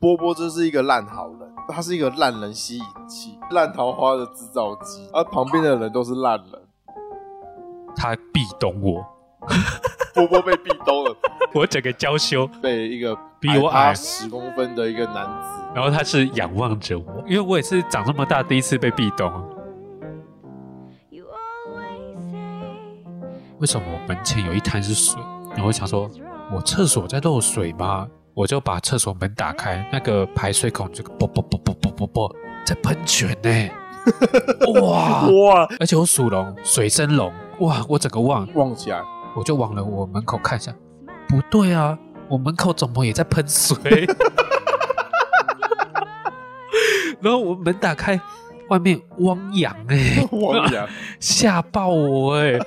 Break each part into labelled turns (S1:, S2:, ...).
S1: 波波真是一个烂好人，他是一个烂人吸引器、烂桃花的制造机，而、旁边的人都是烂人。
S2: 他壁咚我，
S1: 波波被壁兜了，
S2: 我整个娇羞，
S1: 被一个
S2: 比我矮
S1: 十公分的一个男子，
S2: 然后他是仰望着我，因为我也是长这么大第一次被壁咚。啊
S3: You always say
S2: 为什么我门前有一滩是水？然后我想说，我厕所在漏水吗？我就把厕所门打开，那个排水孔就啵啵啵啵啵啵啵，在喷泉呢、哇！
S4: 哇，
S2: 而且我属龙，水生龙，哇！我整个忘，
S1: 望起来，
S2: 我就往了我门口看一下，不对啊，我门口怎么也在 喷水？然后我门打开，外面汪洋哎、
S1: 望起来，
S2: 吓爆我哎、
S3: in your eyes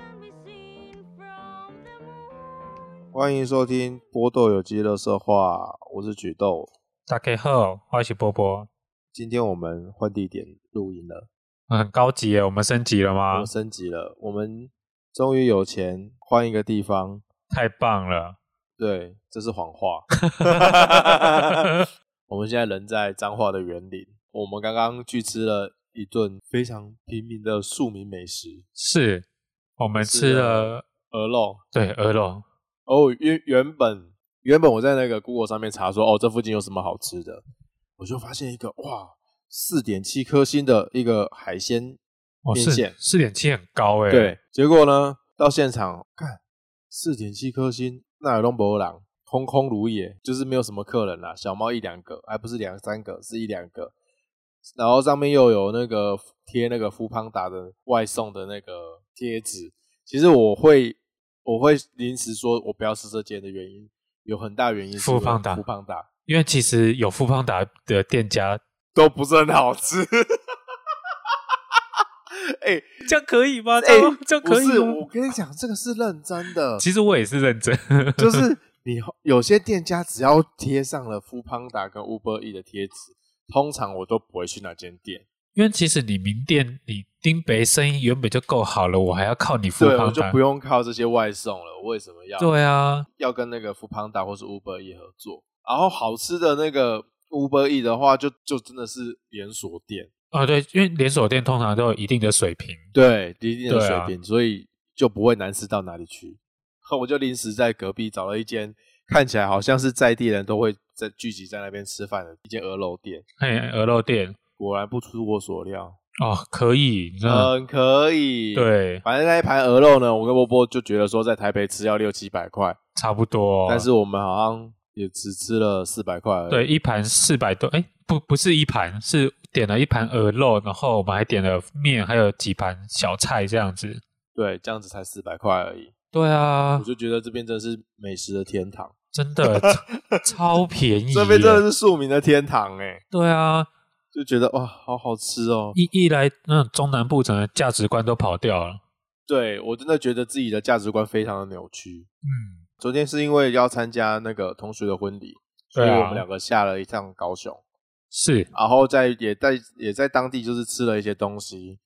S3: can be seen from the moon.
S1: 欢迎收听《波豆有机乐色话》，我是举豆。
S4: 大家好，我是波波，
S1: 今天我们换地点录音了，
S4: 很高级耶，我们升级了
S2: 啊
S1: 我
S4: 吗
S1: 们？升级了，我们终于有钱换一个地方。
S4: 太棒了！
S1: 对，这是谎话。 我们现在人在彰化的园林，我们刚刚去吃了一顿非常平民的庶民美食
S2: 是我们
S1: 吃
S2: 吃
S1: 了
S2: 了
S1: ——鹅肉。
S2: 对鹅肉，
S1: 哦，原原本原本我在那个 Google 上面查说，哦，这附近有什么好吃的，我就发现一个哇，四点七颗星的一个海鲜
S2: 哦
S1: 面
S2: 是
S1: 线
S2: 四点七很高哎、
S1: 对，结果呢，到现场看四点七颗星，那有龙博朗空空如也，就是没有什么客人啦，小猫一两个，还不是两三个，是一两个。然后上面又有那个贴那个富邦达的外送的那个贴纸。其实我会我会临时说我不要吃这间的原因，有很大原因是因为
S2: 富邦达
S1: 富邦达
S2: 因为其实有富邦达的店家，
S1: 都不是很好吃。哎、
S2: 这样可以吗？
S1: 哎
S2: 这样这样
S1: 不
S2: 可以啊
S1: 是，
S2: 吗？
S1: 我跟你讲，这个是认真的。
S2: 其实我也是认真，
S1: 就是你后有些店家只要贴上了 f o o p a n d a 跟 Uber E 的贴纸，通常我都不会去那间店，
S2: 因为其实你名店你丁北生意原本就够好了，我还要靠你富
S1: 对，我
S2: 邦
S1: 就
S2: 达
S1: 不？用靠这些外送了。我为什么要
S2: 对啊，
S1: 要跟那个 f o o p a n d a 或是 Uber E 合作？然后好吃的那个 Uber E 的话，就就真的是连锁店，
S2: 哦对，因为连锁店通常都有一定的水平，
S1: 对，一定的
S2: 对
S1: 水
S2: 啊
S1: 平，所以就不会难吃到哪里去。我就临时在隔壁找了一间看起来好像是在地人都会在聚集在那边吃饭的一间鹅肉店，
S2: 嘿，鹅肉店
S1: 果然不出我所料，
S2: 哦，可以，你知道吗
S1: 很可以。，
S2: 嗯对，
S1: 反正那一盘鹅肉呢，我跟波波就觉得说在台北吃要六七百块，
S2: 差不多。
S1: 但是我们好像也只吃了四百块而已。
S2: 对，一盘四百多，哎，不不是一盘，是点了一盘鹅肉，然后我们还点了面，还有几盘小菜这样子。
S1: 对，这样子才四百块而已，
S2: 对啊
S1: 我，就觉得这边真的是美食的天 堂，
S2: 真的超超便宜耶，
S1: 这边真的是庶民的天堂哎、
S2: 对啊，
S1: 就觉得哇，好好吃哦。
S2: 一一来那种中南部整个价值观都跑掉了。
S1: 对我真的觉得自己的价值观非常的扭曲。
S2: 嗯，
S1: 昨天是因为要参加那个同学的婚礼，所以
S2: 对啊
S1: 我们两个下了一趟高雄，
S2: 是，
S1: 然后在也在也在当地就是吃了一些东西，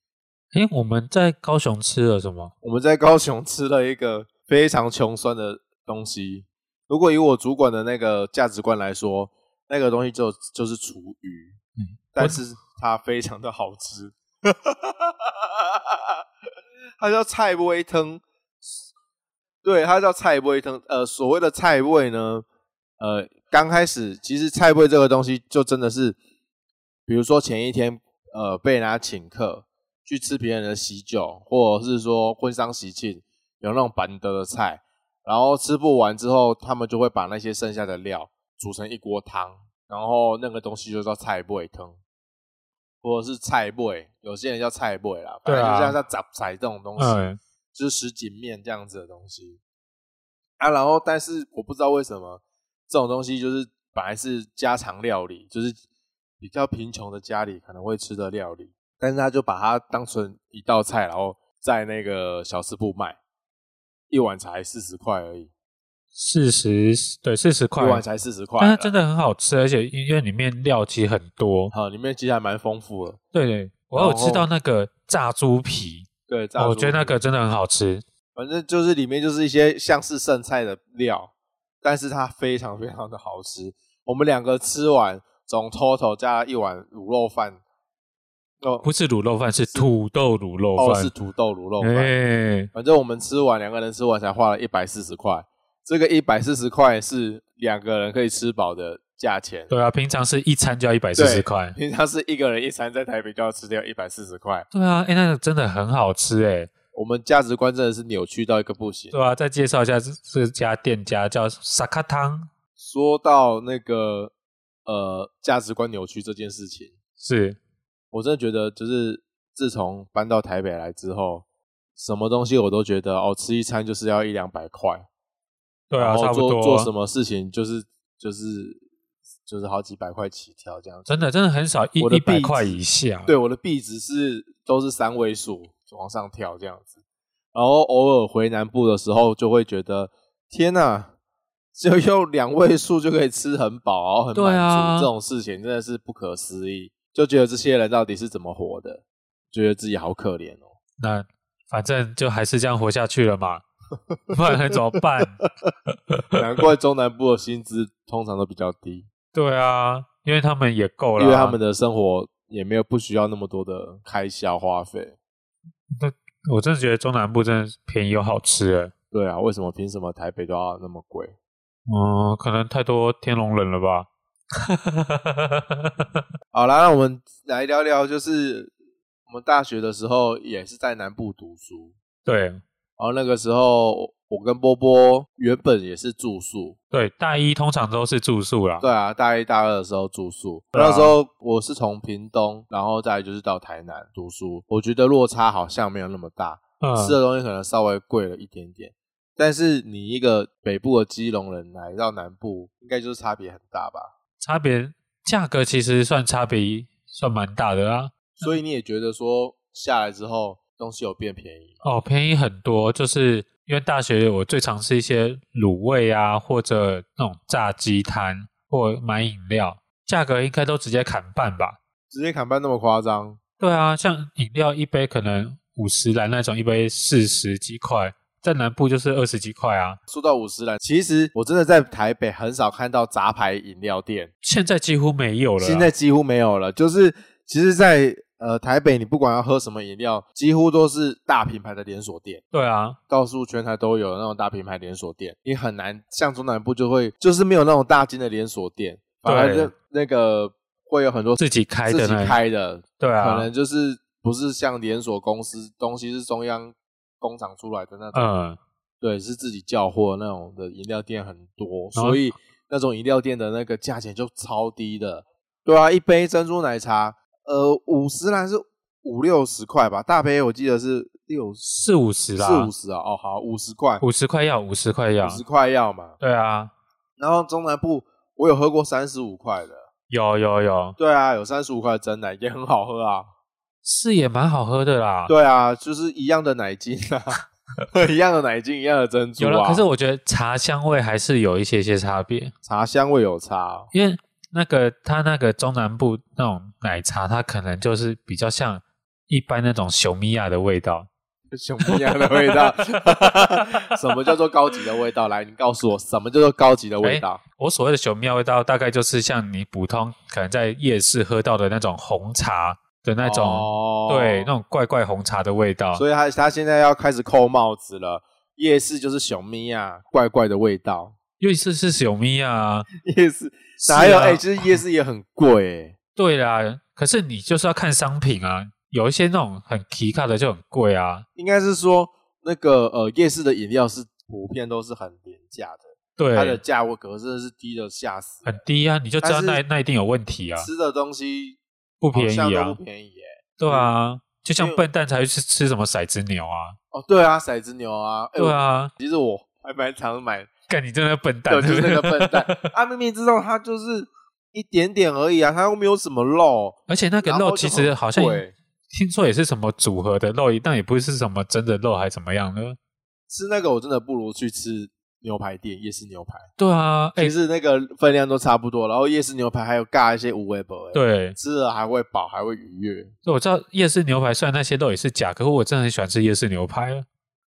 S2: 诶，我们在高雄吃了什么？
S1: 我们在高雄吃了一个非常穷酸的东西。如果以我主管的那个价值观来说，那个东西就就是厨余，
S2: 嗯
S1: 但是它非常的好吃， 它叫菜味汤，对，它叫菜味汤。呃，所谓的菜味呢，呃，刚开始其实菜味这个东西就真的是，比如说前一天呃被人家请客去吃别人的喜酒，或者是说婚丧喜庆，有那种板德的菜，然后吃不完之后，他们就会把那些剩下的料煮成一锅汤，然后那个东西就叫菜味汤。或者是菜味，有些人叫菜味啦，反
S2: 对
S1: 正
S2: 啊
S1: 就像像杂菜这种东西，
S2: 嗯，
S1: 就是什锦面这样子的东西啊。然后，但是我不知道为什么这种东西就是本来是家常料理，就是比较贫穷的家里可能会吃的料理，但是他就把它当成一道菜，然后在那个小吃部卖，一碗才四十块而已，
S2: 四十对四十块
S1: 一，碗才四十块，
S2: 但是真。的很好吃，而且因因为里面料其实很多。
S1: 好，里面其实还蛮丰富的，
S2: 对对，我有
S1: 然后
S2: 吃到那个炸猪皮，
S1: 对，炸
S2: 哦我
S1: 猪
S2: 觉得那
S1: 皮
S2: 个真的很好吃。
S1: 反正就是里面就是一些像是剩菜的料，但是它非常非常的好吃。我们两个吃完，总 total 加了一碗卤肉饭，哦
S2: 不是卤肉饭，是土豆卤肉
S1: 哦
S2: 饭。
S1: 是土豆卤肉饭。
S2: 哎，
S1: 反正我们吃完，两个人吃完才花了一百四十块。这个一百四十块是两个人可以吃饱的价钱。
S2: 对啊，平常是一餐就要一百四十
S1: 对
S2: 块。
S1: 平常是一个人一餐，在台北就要吃掉一百四十块。
S2: 对啊，哎，那个真的很好吃哎。
S1: 我们价值观真的是扭曲到一个不行。
S2: 对啊，再介绍一下这这家店家叫萨卡汤，
S1: 说到那个呃价值观扭曲这件事情，
S2: 是
S1: 我真的觉得就是自从搬到台北来之后，什么东西我都觉得哦，吃一餐就是要一两百块，
S4: 对啊，
S1: 然
S4: 差
S1: 后
S4: 不
S1: 做
S4: 多。
S1: 做什？么事情就是就是就是好几百块起跳这样子。
S2: 真的真的很少一
S1: 我的
S2: 一百
S1: 壁
S2: 块
S1: 纸
S2: 以下。
S1: 对，我的币值是都是三位数往上跳这样子，然后偶尔回南部的时候就会觉得天呐，就用两位数就可以吃很饱，然后很
S2: 对
S1: 满足，
S2: 啊
S1: 这种事情真的是不可思议，就觉得这些人到底是怎么活的，觉得自己好可怜 哦。
S2: 那反正就还是这样活下去了嘛，不然怎么办？
S1: 难怪中南部的薪资通常都比较低，
S2: 对啊，因为他们也够了啊，
S1: 因为他们的生活也没有不需要那么多的开销花费。
S2: 我真的觉得中南部真的是便宜又好吃欸耶。
S1: 对啊，为什么凭什么台北都要那么贵？
S2: 嗯，可能太多天龙人了吧？
S1: 好啦，那我们来聊聊，就是我们大学的时候也是在南部读书，
S2: 对
S1: 然后那个时候我跟波波原本也是住宿，
S2: 对，大一通常都是住宿啦。
S1: 对啊，大一大二的时候住宿，
S2: 对啊
S1: 那时候我是从屏东，然后再来就是到台南读书，我觉得落差好像没有那么大，
S2: 嗯，
S1: 吃的东西可能稍微贵了一点点，但是你一个北部的基隆人来到南部，应该就是差别很大 吧？
S2: 差别价格其实算差别算蛮大的啊。
S1: 所以你也觉得说下来之后东西有变便宜吗？
S2: 哦，便宜很多，就是因为大学我最常吃一些卤味啊，或者那种炸鸡摊，或买饮料，价格应该都直接砍半吧。
S1: 直接砍半那么夸张？
S2: 对啊，像饮料一杯可能五十来那种，一杯四十几块，在南部就是二十几块啊。
S1: 说到五十岚，其实我真的在台北很少看到杂牌饮料店，
S2: 现在几乎没有了啊。
S1: 现在几乎没有了。就是其实在，呃台北，你不管要喝什么饮料，几乎都是大品牌的连锁店，
S2: 对啊，
S1: 到处全台都有那种大品牌连锁店。你很难像中南部就会，就是没有那种大金的连锁店，反而
S2: 对
S1: 就那个会有很多
S2: 自己开的
S1: 自己
S2: 那
S1: 开的，
S2: 对啊
S1: 可，能就是不是像连锁公司东西是中央工厂出来的那种。
S2: 嗯，
S1: 对，是自己叫货那种的饮料店很多，
S2: 然后
S1: 所以那种饮料店的那个价钱就超低的。对啊，一杯珍珠奶茶，呃，五十兰是五六十块吧，大杯我记得是六十
S2: 四五十啦，
S1: 四五十啊，哦好，五十块，
S2: 五十块要，五十块要
S1: 五，十块要嘛。
S2: 对啊，
S1: 然后中南部我有喝过三十五块的，
S2: 有有有，
S1: 对啊，有三十五块的真奶也很好喝啊。
S2: 是也蛮好喝的啦。
S1: 对啊，就是一样的奶精啊， 一样的奶精，一样的珍珠
S2: 有了，
S1: 啊。
S2: 可是我觉得茶香味还是有一些些差别，
S1: 茶香味有差哦、
S2: 因为那个它那个中南部那种奶茶，它可能就是比较像一般那种熊米亚的味道。
S1: 熊不一样的味道。 什么叫做高级的味道？来，你告诉我，什么叫做高级的味道？
S2: 我所谓的熊米亚味道，大概就是像你普通可能在夜市喝到的那种红茶的哎那种，
S1: 哦
S2: 对，那种怪怪红茶的味道。
S1: 所以他他现在要开始扣帽子了。夜市就是熊咪啊，怪怪的味 道。
S2: 因为是是熊米亚啊，
S1: 夜市
S2: 是
S1: 哪有？
S2: 啊
S1: 哎、其实夜市也很贵、哎
S2: 对啦，可是你就是要看商品啊，有一些那种很奇卡的就很贵啊。
S1: 应该是说那个呃，夜市的饮料是普遍都是很廉价的，
S2: 对，
S1: 它的价位格真的是低的吓死人
S2: 很低啊，你就知道那
S1: 但是
S2: 那一定有问题啊，
S1: 吃的东西
S2: 不便
S1: 好像
S2: 宜
S1: 都
S2: 啊
S1: 不，便宜、哎。
S2: 对啊，就
S1: 因
S2: 像
S1: 为
S2: 笨蛋才会去吃什么骰子牛啊，
S1: 哦，对啊，骰子牛啊，哎
S2: 对，啊，
S1: 我其实我还蛮常买
S2: 干你真的笨蛋，，
S1: 对，就是那个笨蛋他明明知道他就是一点点而已啊，他又没有什么肉，
S2: 而且那个
S1: 然后
S2: 肉
S1: 就
S2: 其
S1: 很
S2: 实好像
S1: 贵
S2: 听说也是什么组合的肉，但也不是什么真的肉还怎么样呢？
S1: 吃那个我真的不如去吃牛排店夜市牛排，
S2: 对啊，哎
S1: 其，实那个分量都差不多，然后夜市牛排还有尬一些无味博，，
S2: 对，
S1: 吃了还会饱，还会愉悦。
S2: 我知道夜市牛排虽然那些肉也是假，可是我真的很喜欢吃夜市牛排啊，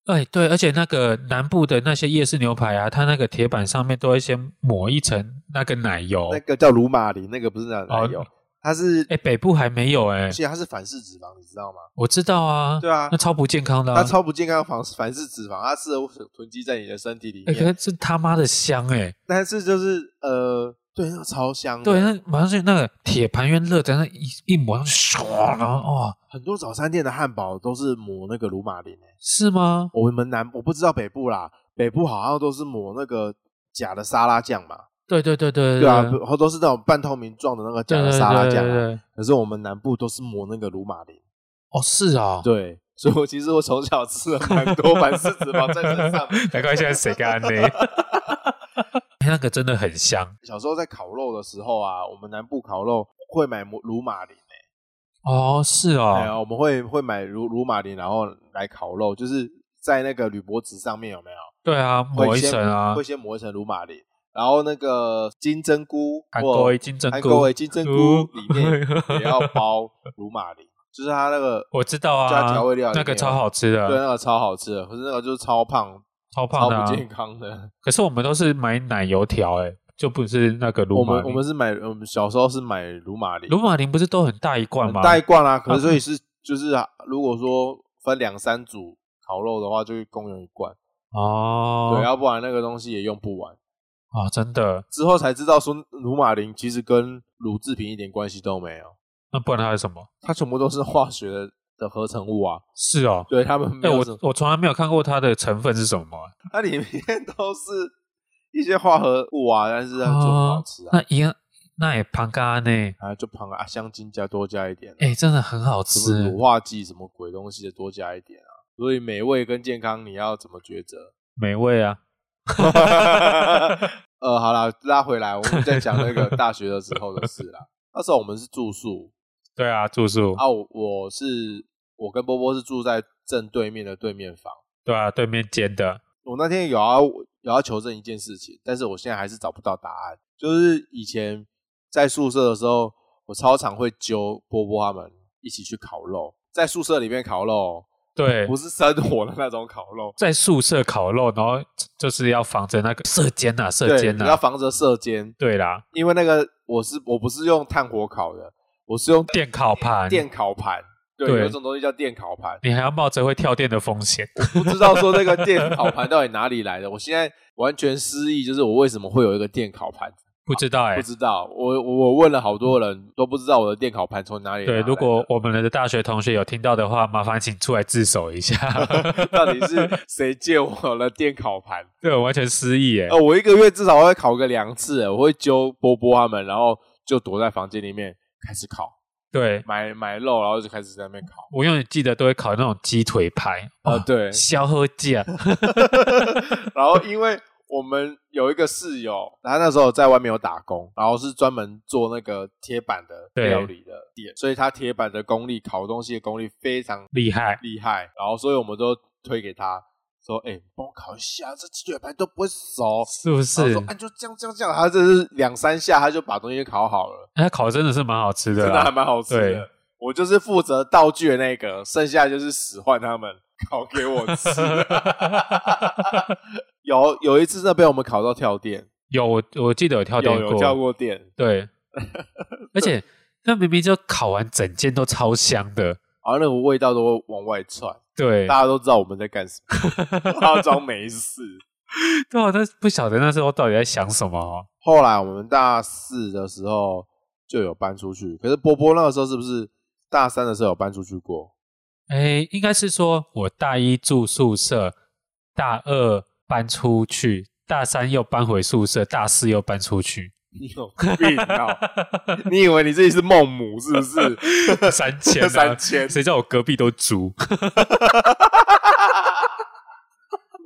S2: 哎，对，而且那个南部的那些夜市牛排啊，它那个铁板上面都会先抹一层那个奶油。
S1: 那个叫鲁马林，那个不是奶奶
S2: 哦
S1: 油，它是
S2: 哎，北部还没有哎、
S1: 而且它是反式脂肪，你知道吗？
S2: 我知道啊，
S1: 对啊
S2: 那超不健康的、啊。
S1: 它超不健康的反反式脂肪，它是囤积在你的身体里
S2: 哎，可
S1: 面。
S2: 是这他妈的香哎、
S1: 但是就是呃，对，那个超香的。
S2: 对，那马上就那个铁盘圆热的那一一抹上去，唰，然后哦，
S1: 很多早餐店的汉堡都是抹那个鲁马林、欸。
S2: 是吗？
S1: 我们南我不知道北部啦，北部好像都是抹那个假的沙拉酱嘛。
S2: 对对对对
S1: 对啊，不都是那种半透明状的那个假
S2: 对
S1: 的
S2: 对
S1: 沙拉酱、
S2: 对对
S1: 啊。
S2: 对
S1: 可是我们南部都是抹那个鲁马林。
S2: 哦，是啊、哦，
S1: 对，所以我其实我从小吃了蛮多反式脂肪在身 上的。
S4: 难怪现在谁干呢？
S2: 哎 那个真的很香
S1: 小时候在烤肉的时候啊，我们南部烤肉会买抹鲁马林。
S2: 哦，是
S1: 哎呀，
S2: 哦，
S1: 我们会会买乳乳马林，然后来烤肉，就是在那个铝箔纸上面有没有？
S2: 对啊，抹
S1: 会
S2: 一
S1: 先
S2: 层啊
S1: 会，先抹一层乳马林，然后那个金针菇
S2: 韩
S1: 或
S2: 国味啊金针
S1: 韩国
S2: 菇
S1: 味，金针菇
S2: 菇
S1: 里面也要包乳马林，就是它那个
S2: 我知道
S1: 加
S2: 啊
S1: 调味料，
S2: 那个超，好吃啊
S1: 对，
S2: 的，
S1: 那个超好吃的，可是那个就是超胖、
S2: 超胖
S1: 超
S2: 的、啊
S1: 不。健康的。
S2: 可是我们都是买奶油条，哎，就不是那个
S1: 我
S2: 鲁马
S1: 们
S2: 林。
S1: 我们是买，我们小时候是买乳马林，
S2: 鲁马林不是都很大一罐
S1: 很
S2: 吗？
S1: 大一罐 啊，可是所以是就是啊如果说分两三组烤肉的话，就共用一罐。
S2: 哦，
S1: 对，要啊不然那个东西也用不完。
S2: 哦，真的，
S1: 之后才知道说鲁马林其实跟乳制品一点关系都没有，
S2: 那不然它是什么？
S1: 它全部都是化学的的合成物啊。
S2: 是哦，
S1: 对他们
S2: 哎、
S1: 没有什么
S2: 我，我从来没有看过它的成分是什么、啊
S1: 它里面都是一些化合物啊，但是它就很好吃啊。
S2: 哦那一样，那也胖咖呢？
S1: 啊，就旁啊香精加多加一点啊、
S2: 哎、真的很好
S1: 什么
S2: 吃
S1: 乳。化剂什么鬼东西的多加一点啊。所以美味跟健康你要怎么抉择？
S2: 美味啊！
S1: 呃，好啦，拉回来，我们在讲那个大学的时候的事啦。那时候我们是住宿，
S4: 对啊，住宿，
S1: 啊，我我是我跟波波是住在正对面的对面房。
S4: 对啊，对面煎的，
S1: 我那天有要有要求证一件事情，但是我现在还是找不到答案。就是以前在宿舍的时候，我超常会揪波波他们一起去烤肉，在宿舍里面烤肉，
S2: 对
S1: 不，是生火的那种烤肉，
S2: 在宿舍烤肉，然后就是要防着那个射尖呐、啊， 射
S1: 对，
S2: 尖
S1: 你
S2: 呐、
S1: 要
S2: 啊。
S1: 防着射尖，
S2: 对啦，
S1: 因为那个我是我不是用炭火烤的，我是用
S2: 电烤盘，
S1: 电烤盘，对，
S2: 对
S1: 有一种东西叫电烤 盘。
S2: 你还要冒着会跳电的风险。
S1: 不知道说那个电烤盘到底哪里来的，我现在完全失忆，就是我为什么会有一个电烤盘，
S2: 不知道哎、
S1: 不知道。我我问了好多人都不知道我的电烤盘从哪里拿
S2: 对，
S1: 来的
S2: 如果我们的大学同学有听到的话，麻烦请出来自首一下。
S1: 到底是谁借我的电烤盘？
S2: 对，我完全失忆哎、
S1: 呃，我一个月至少会烤个两次，欸我会揪波波他们，然后就躲在房间里面开始烤，
S2: 对，
S1: 买买肉，然后就开始在那边烤。
S2: 我永远记得都会烤那种鸡腿排，
S1: 啊、对
S2: 呃消喝酱。
S1: 然后因为我们有一个室友，他那时候在外面有打工，然后是专门做那个铁板的
S2: 对
S1: 料理的店，所以他铁板的功力、烤东西的功力非常
S2: 厉害
S1: 厉害。然后所以我们都推给他说：“哎、帮我烤一下，这鸡腿排都不会熟。”
S2: 是不
S1: 然后
S2: 是
S1: 说：“？哎、就这样这样这样。”他这是两三下他就把东西烤好了，
S2: 哎它烤真的是蛮好吃的
S1: 真的还
S2: 啦，
S1: 蛮好吃的
S2: 啊对。
S1: 我就是负责道具的那个，剩下就是使唤他们烤给我吃。 有有一次，那被我们烤到跳电，
S2: 有我我记得有跳电
S1: 有
S2: 过，
S1: 有跳过电，
S2: 对，而且那明明就烤完整间都超香的，
S1: 然后那个味道都会往外窜，
S2: 对，
S1: 大家都知道我们在干什么， 他要装没事。
S2: 对啊，但是不晓得那时候到底在想什么哦。
S1: 后来我们大四的时候就有搬出去，可是波波那个时候是不是大三的时候有搬出去过？
S2: 哎，应该是说我大一住宿舍，大二搬出去，大三又搬回宿舍，大四又搬 出去，
S1: 你有病啊！ 你以为你自己是孟母是 不是？
S2: 三千、啊、
S1: 三千
S2: 谁叫我隔壁都租？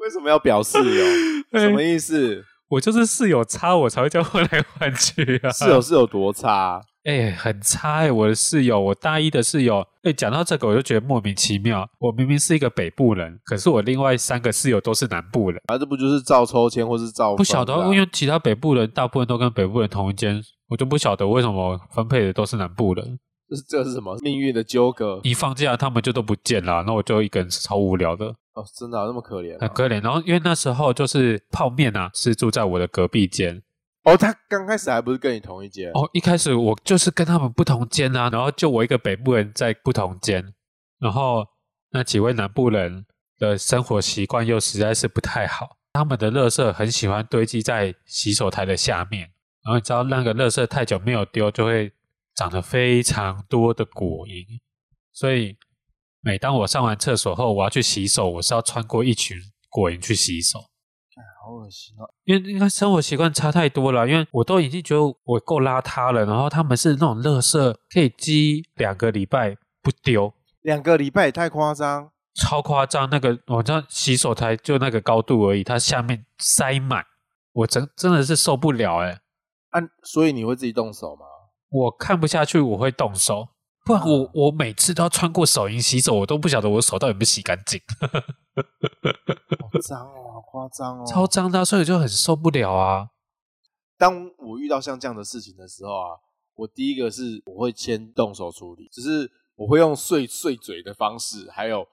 S1: 为什么要表示有？
S2: 哎
S1: 什么意思？
S2: 我就是室友差，我才会叫换来换去啊。
S1: 室友是有多差？啊
S2: 哎、很差哎、我的室友，我大一的室友，哎、讲到这个我就觉得莫名其妙。我明明是一个北部人，可是我另外三个室友都是南部人，
S1: 啊，这不就是照抽签或是照
S2: 不晓
S1: 分
S2: 得
S1: 的啊
S2: 因为其他北部人大部分都跟北部人同一间，我就不晓得为什么分配的都是南部人。
S1: 这是这是什么命运的纠葛？
S2: 啊一放假他们就都不见了，那我就一个人是超无聊的。
S1: 哦，真的啊、那么可怜啊、
S2: 很可怜。然后因为那时候就是泡面啊，是住在我的隔壁间。
S1: 哦，他刚开始还不是跟你同一间
S2: 哦，一开始我就是跟他们不同间啊，然后就我一个北部人在不同间，然后那几位南部人的生活习惯又实在是不太好，他们的垃圾很喜欢堆积在洗手台的下面，然后你知道那个垃圾太久没有丢，就会长得非常多的果蝇，所以每当我上完厕所后，我要去洗手，我是要穿过一群果蝇去洗手。
S1: 好恶心哦！
S2: 因为因为生活习惯差太多了，因为我都已经觉得我够邋遢了，然后他们是那种垃圾可以积两个礼拜不丢，
S1: 两个礼拜也太夸张，
S2: 超夸张。那个我知道洗手台就那个高度而已，它下面塞满，我真真的是受不了哎、
S1: 啊，所以你会自己动手吗？
S2: 我看不下去，我会动手，不然我我每次都要穿过手淫洗手，我都不晓得我手到底有没有洗干净，
S1: 好脏哦，好夸张哦！
S2: 超脏的啊，所以我就很受不了啊。
S1: 当我遇到像这样的事情的时候啊，我第一个是我会先动手处理，只是我会用碎碎嘴的方式，还有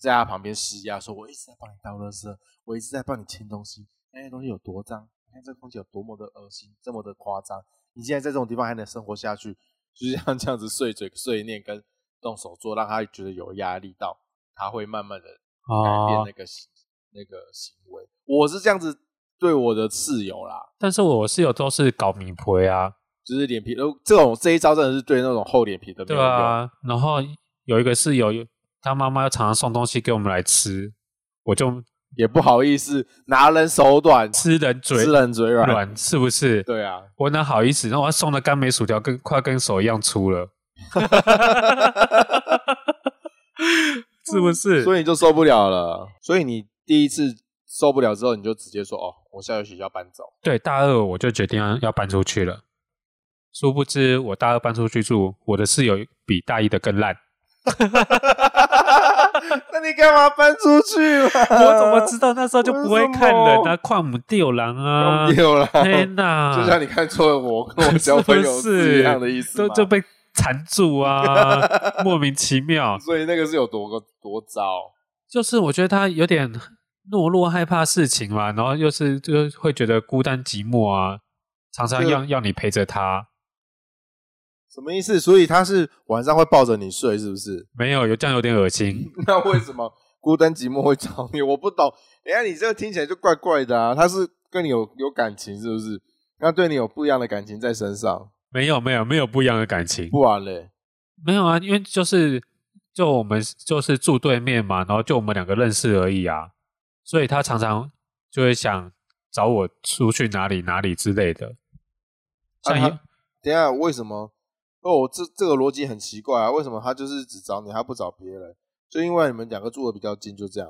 S1: 在他旁边施压，说我一直在帮你倒垃圾，我一直在帮你清东西，那些东西有多脏，你看这空气有多么的恶心，这么的夸张，你现在在这种地方还能生活下去，就是像这样子碎嘴碎念跟动手做，让他觉得有压力到，他会慢慢的改变
S2: 哦，
S1: 那个、行那个行为。我是这样子对我的室友啦，
S2: 但是我室友都是搞米婆啊，
S1: 就是脸皮，呃，这种这一招真的是对那种厚脸皮的没
S2: 对
S1: 有用。
S2: 啊，然后有一个室友，他妈妈常常送东西给我们来吃，我就
S1: 也不好意思拿人手短，
S2: 吃人嘴
S1: 吃人嘴软。
S2: 软，是不是？
S1: 对啊，
S2: 我哪好意思？那我送的干梅薯条跟快跟手一样 粗了，是不是？
S1: 嗯所以你就受不了了。所以你第一次受不了之后，你就直接说：“哦，我下学期要搬走。
S2: 对，大二我就决定要要搬出去了。殊不知，我大二搬出去住，我的室友比大一的更 烂。”
S1: 那你干嘛搬出去嘛？
S2: 我怎么知道那时候就不会看人
S1: 为什
S2: 啊？
S1: 么
S2: 旷母丢狼啊！
S1: 弄丢了？
S2: 天哪！
S1: 就像你看错了我跟 我小朋友是一样的意思
S2: 都
S1: 嘛
S2: 就被缠住啊，莫名其妙。
S1: 所以那个是有多个多糟。
S2: 就是我觉得他有点懦弱，害怕事情嘛，然后又是就会觉得孤单寂寞啊，常常
S1: 就
S2: 要要你陪着他。
S1: 什么意思？所以他是晚上会抱着你睡，是不是？
S2: 没有，有这样有点恶心。
S1: 那为什么孤单寂寞会找你？我不懂。等一下你这个听起来就怪怪的啊！他是跟你有有感情是不是？那对你有不一样的感情在身上，
S2: 没有，没有，没有不一样的感情。
S1: 不然嘞，
S2: 没有啊，因为就是就我们就是住对面嘛，然后就我们两个认识而已啊，所以他常常就会想找我出去哪里哪里之类的。像一、
S1: 啊他等一下为什么？哦，这这个逻辑很奇怪啊！为什么他就是只找你，他不找别人？就因为你们两个住的比较近，就这样。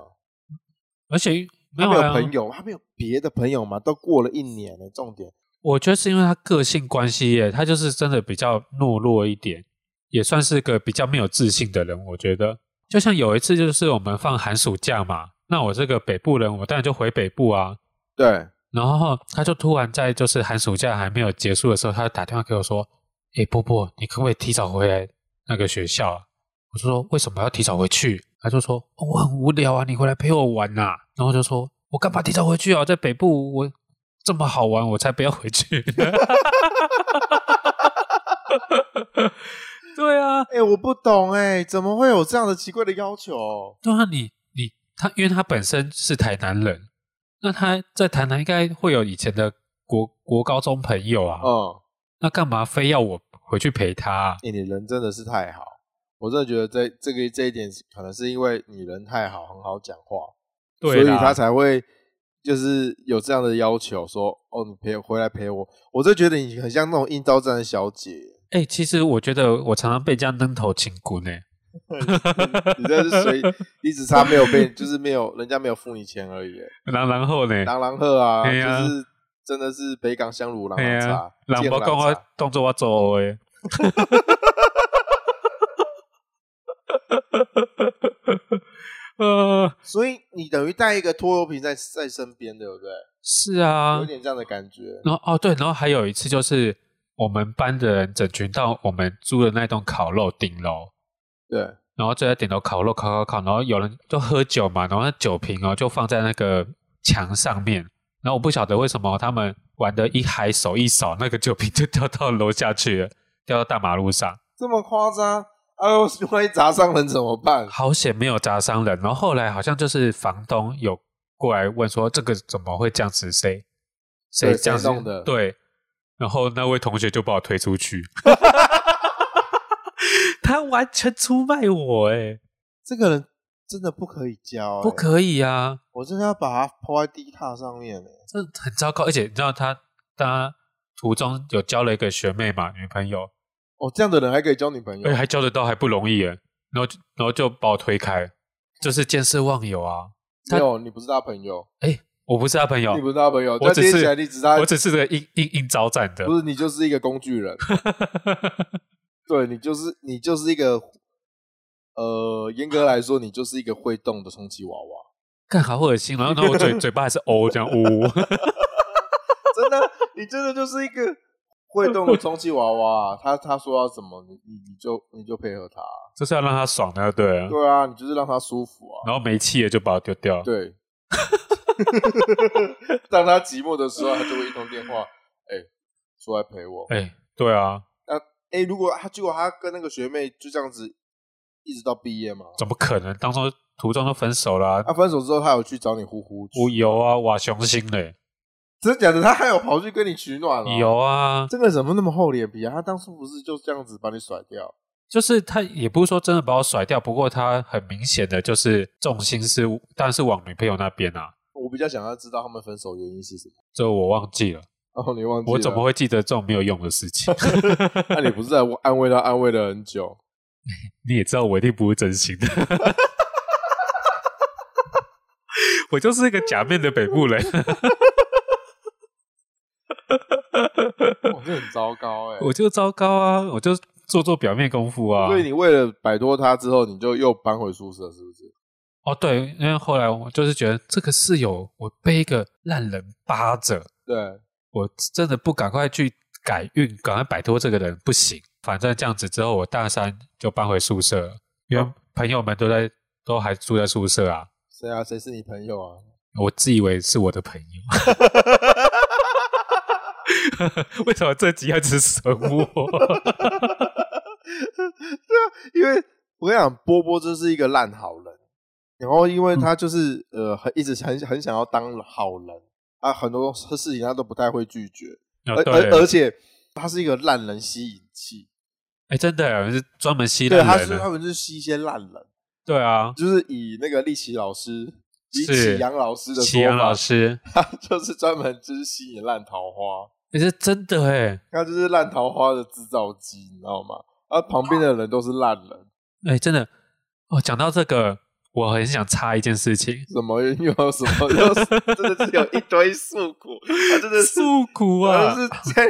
S2: 而且
S1: 他
S2: 没有
S1: 没有
S2: 啊
S1: 朋友，他没有别的朋友嘛？都过了一年了，重点
S2: 我觉得是因为他个性关系耶，他就是真的比较懦弱一点，也算是个比较没有自信的人。我觉得，就像有一次，就是我们放寒暑假嘛，那我这个北部人，我当然就回北部啊。
S1: 对，
S2: 然后他就突然在就是寒暑假还没有结束的时候，他就打电话给我说：“诶，波波，你可不可以提早回来那个学校、啊？”我就说：“为什么要提早回去？”他就说：“哦、我很无聊啊，你回来陪我玩呐、然后我就说：“我干嘛提早回去啊？在北部我这么好玩，我才不要回去。” 对啊，
S1: 哎、我不懂哎、怎么会有这样的奇怪的要求？
S2: 对啊，你你他，因为他本身是台南人，那他在台南应该会有以前的国国高中朋友啊。
S1: 嗯，
S2: 那干嘛非要我回去陪他啊、
S1: 哎、你人真的是太好，我真的觉得这这个这一点可能是因为你人太好，很好讲话，所以
S2: 对啦
S1: 他才会就是有这样的要求，说哦，你陪回来陪我，我就觉得你很像那种应招站的小姐，
S2: 哎、其实我觉得我常常被这样扔头轻骨呢。
S1: 你这是 谁？一直差没有被，就是没有人家没有付你钱而已 欸，
S2: 然然后呢？
S1: 狼狼鹤啊，
S2: 嘿啊
S1: 就是真的是北港香炉狼狼
S2: 哎呀
S1: 茶，，
S2: 人
S1: 芥
S2: 不
S1: 蓝
S2: 讲我
S1: 茶
S2: 动作我做的。 呃，
S1: 所以你等于带一个拖油瓶在在身边，对不对？
S2: 是啊，
S1: 有点这样的感觉。
S2: 然后哦对，然后还有一次就是我们班的人整群到我们租的那栋烤肉顶楼，
S1: 对，
S2: 然后就在顶楼烤肉，烤烤烤，然后有人就喝酒嘛，然后那酒瓶哦就放在那个墙上面，然后我不晓得为什么他们玩的一嗨手一扫，那个酒瓶就掉到楼下去了，掉到大马路上，
S1: 这么夸张？哎呦， 万一砸伤人怎么办？
S2: 好险没有砸伤人。然后后来好像就是房东有过来问说，这个怎么会这样子？谁谁
S1: 对
S2: 这样子
S1: 谁弄的
S2: 对，然后那位同学就把我推 出去，他完全出卖我哎、
S1: 这个人真的不可以教、欸
S2: 不，可以啊。
S1: 我真的要把他抛在地踏上面、欸。
S2: 这很糟糕。而且你知道他，他途中有交了一个学妹嘛，女朋友，
S1: 哦，这样的人还可以交女朋友
S2: 而哎且？还交得到，还不容易耶。然后就，然后就把我推开，就是见色忘友啊。他
S1: 没有，你不是他朋友，
S2: 我不是他朋友
S1: 你，不是他朋友，
S2: 我只
S1: 但听起
S2: 是
S1: 来你只是他，
S2: 我只是个应应应招战的
S1: 不。是你就是一个工具 人，对你就是你就是一个，呃，严格来说，你就是一个会动的充气娃娃。
S2: 看好恶心，然后然后 我嘴嘴巴还是哦这样呜、
S1: 真的， 你真的就是一个会动的充气娃娃、啊。他他说要怎么，你你你就你就配合他、啊
S2: 就是要让他爽的，对了。
S1: 对啊，你就是让他舒服啊。
S2: 然后没气了就把我丢掉。
S1: 对，当他寂寞的时候，他就会一通电话，哎、出来陪我。
S2: 哎、对啊，
S1: 哎、如果他结果他跟那个学妹就这样子一直到毕业 嘛，
S2: 怎么可能？当中途中就分手了、啊
S1: 他、，分手之后，他有去找你呼呼，
S2: 我有啊，哇雄心嘞，
S1: 真的假的？他还有跑去跟你取暖哦。
S2: 有啊，
S1: 这个人怎么那么厚脸皮啊？他当初不是就这样子把你甩掉？
S2: 就是他也不是说真的把我甩掉，不过他很明显的就是重心是，当然是往女朋友那边啊，
S1: 我比较想要知道他们分手原因是什么。
S2: 这我忘记了，
S1: 哦，你忘记了？
S2: 我怎么会记得这种没有用的事情？
S1: 那你不是在安慰他，安慰了很久？
S2: 你也知道我一定不是真心的， 我就是一个假面的北部人，
S1: 我这很糟糕哎、
S2: 我就糟糕啊，我就做做表面功夫啊。
S1: 欸所以你为了摆脱他之后，你就又搬回宿舍，是不是？
S2: 哦，对，因为后来我就是觉得这个室友，我被一个烂人扒着，
S1: 对，
S2: 我真的不赶快去改运，赶快摆脱这个人不行。反正这样子之后，我大三就搬回宿舍了，因为
S1: 哦
S2: 朋友们都在都还住在宿舍啊。
S1: 谁啊？谁是你朋友啊？
S2: 我自以为是我的朋友， 为什么这集要只损 我？
S1: 对啊，因为我跟你讲，波波就是一个烂好人，然后因
S2: 嗯
S1: 为他就是、呃，很一直很很想要当好人啊，很多事情他都不太会拒绝，
S2: 哦、
S1: 而
S2: 对
S1: 而，而且他是一个烂人吸引器，
S2: 哎，真的是专门吸
S1: 对，他
S2: 烂
S1: 是
S2: 人啊
S1: 他
S2: 的，
S1: 们就是吸一些烂人，
S2: 对啊，
S1: 就是以那个利奇老师。以
S2: 是
S1: 启阳老师的说法，
S2: 祁阳老师，
S1: 他就是专门就是吸引烂桃花，
S2: 也是真的哎，
S1: 他就是烂桃花的制造机，你知道吗？啊，旁
S2: 哦
S1: 边的人都是烂人，
S2: 哎，真的哦。讲到这个，我很想插一件事情，
S1: 什么又有什么， 又是真的是有一堆诉苦，他真的是呃
S2: 诉苦
S1: 他，
S2: 啊
S1: 是在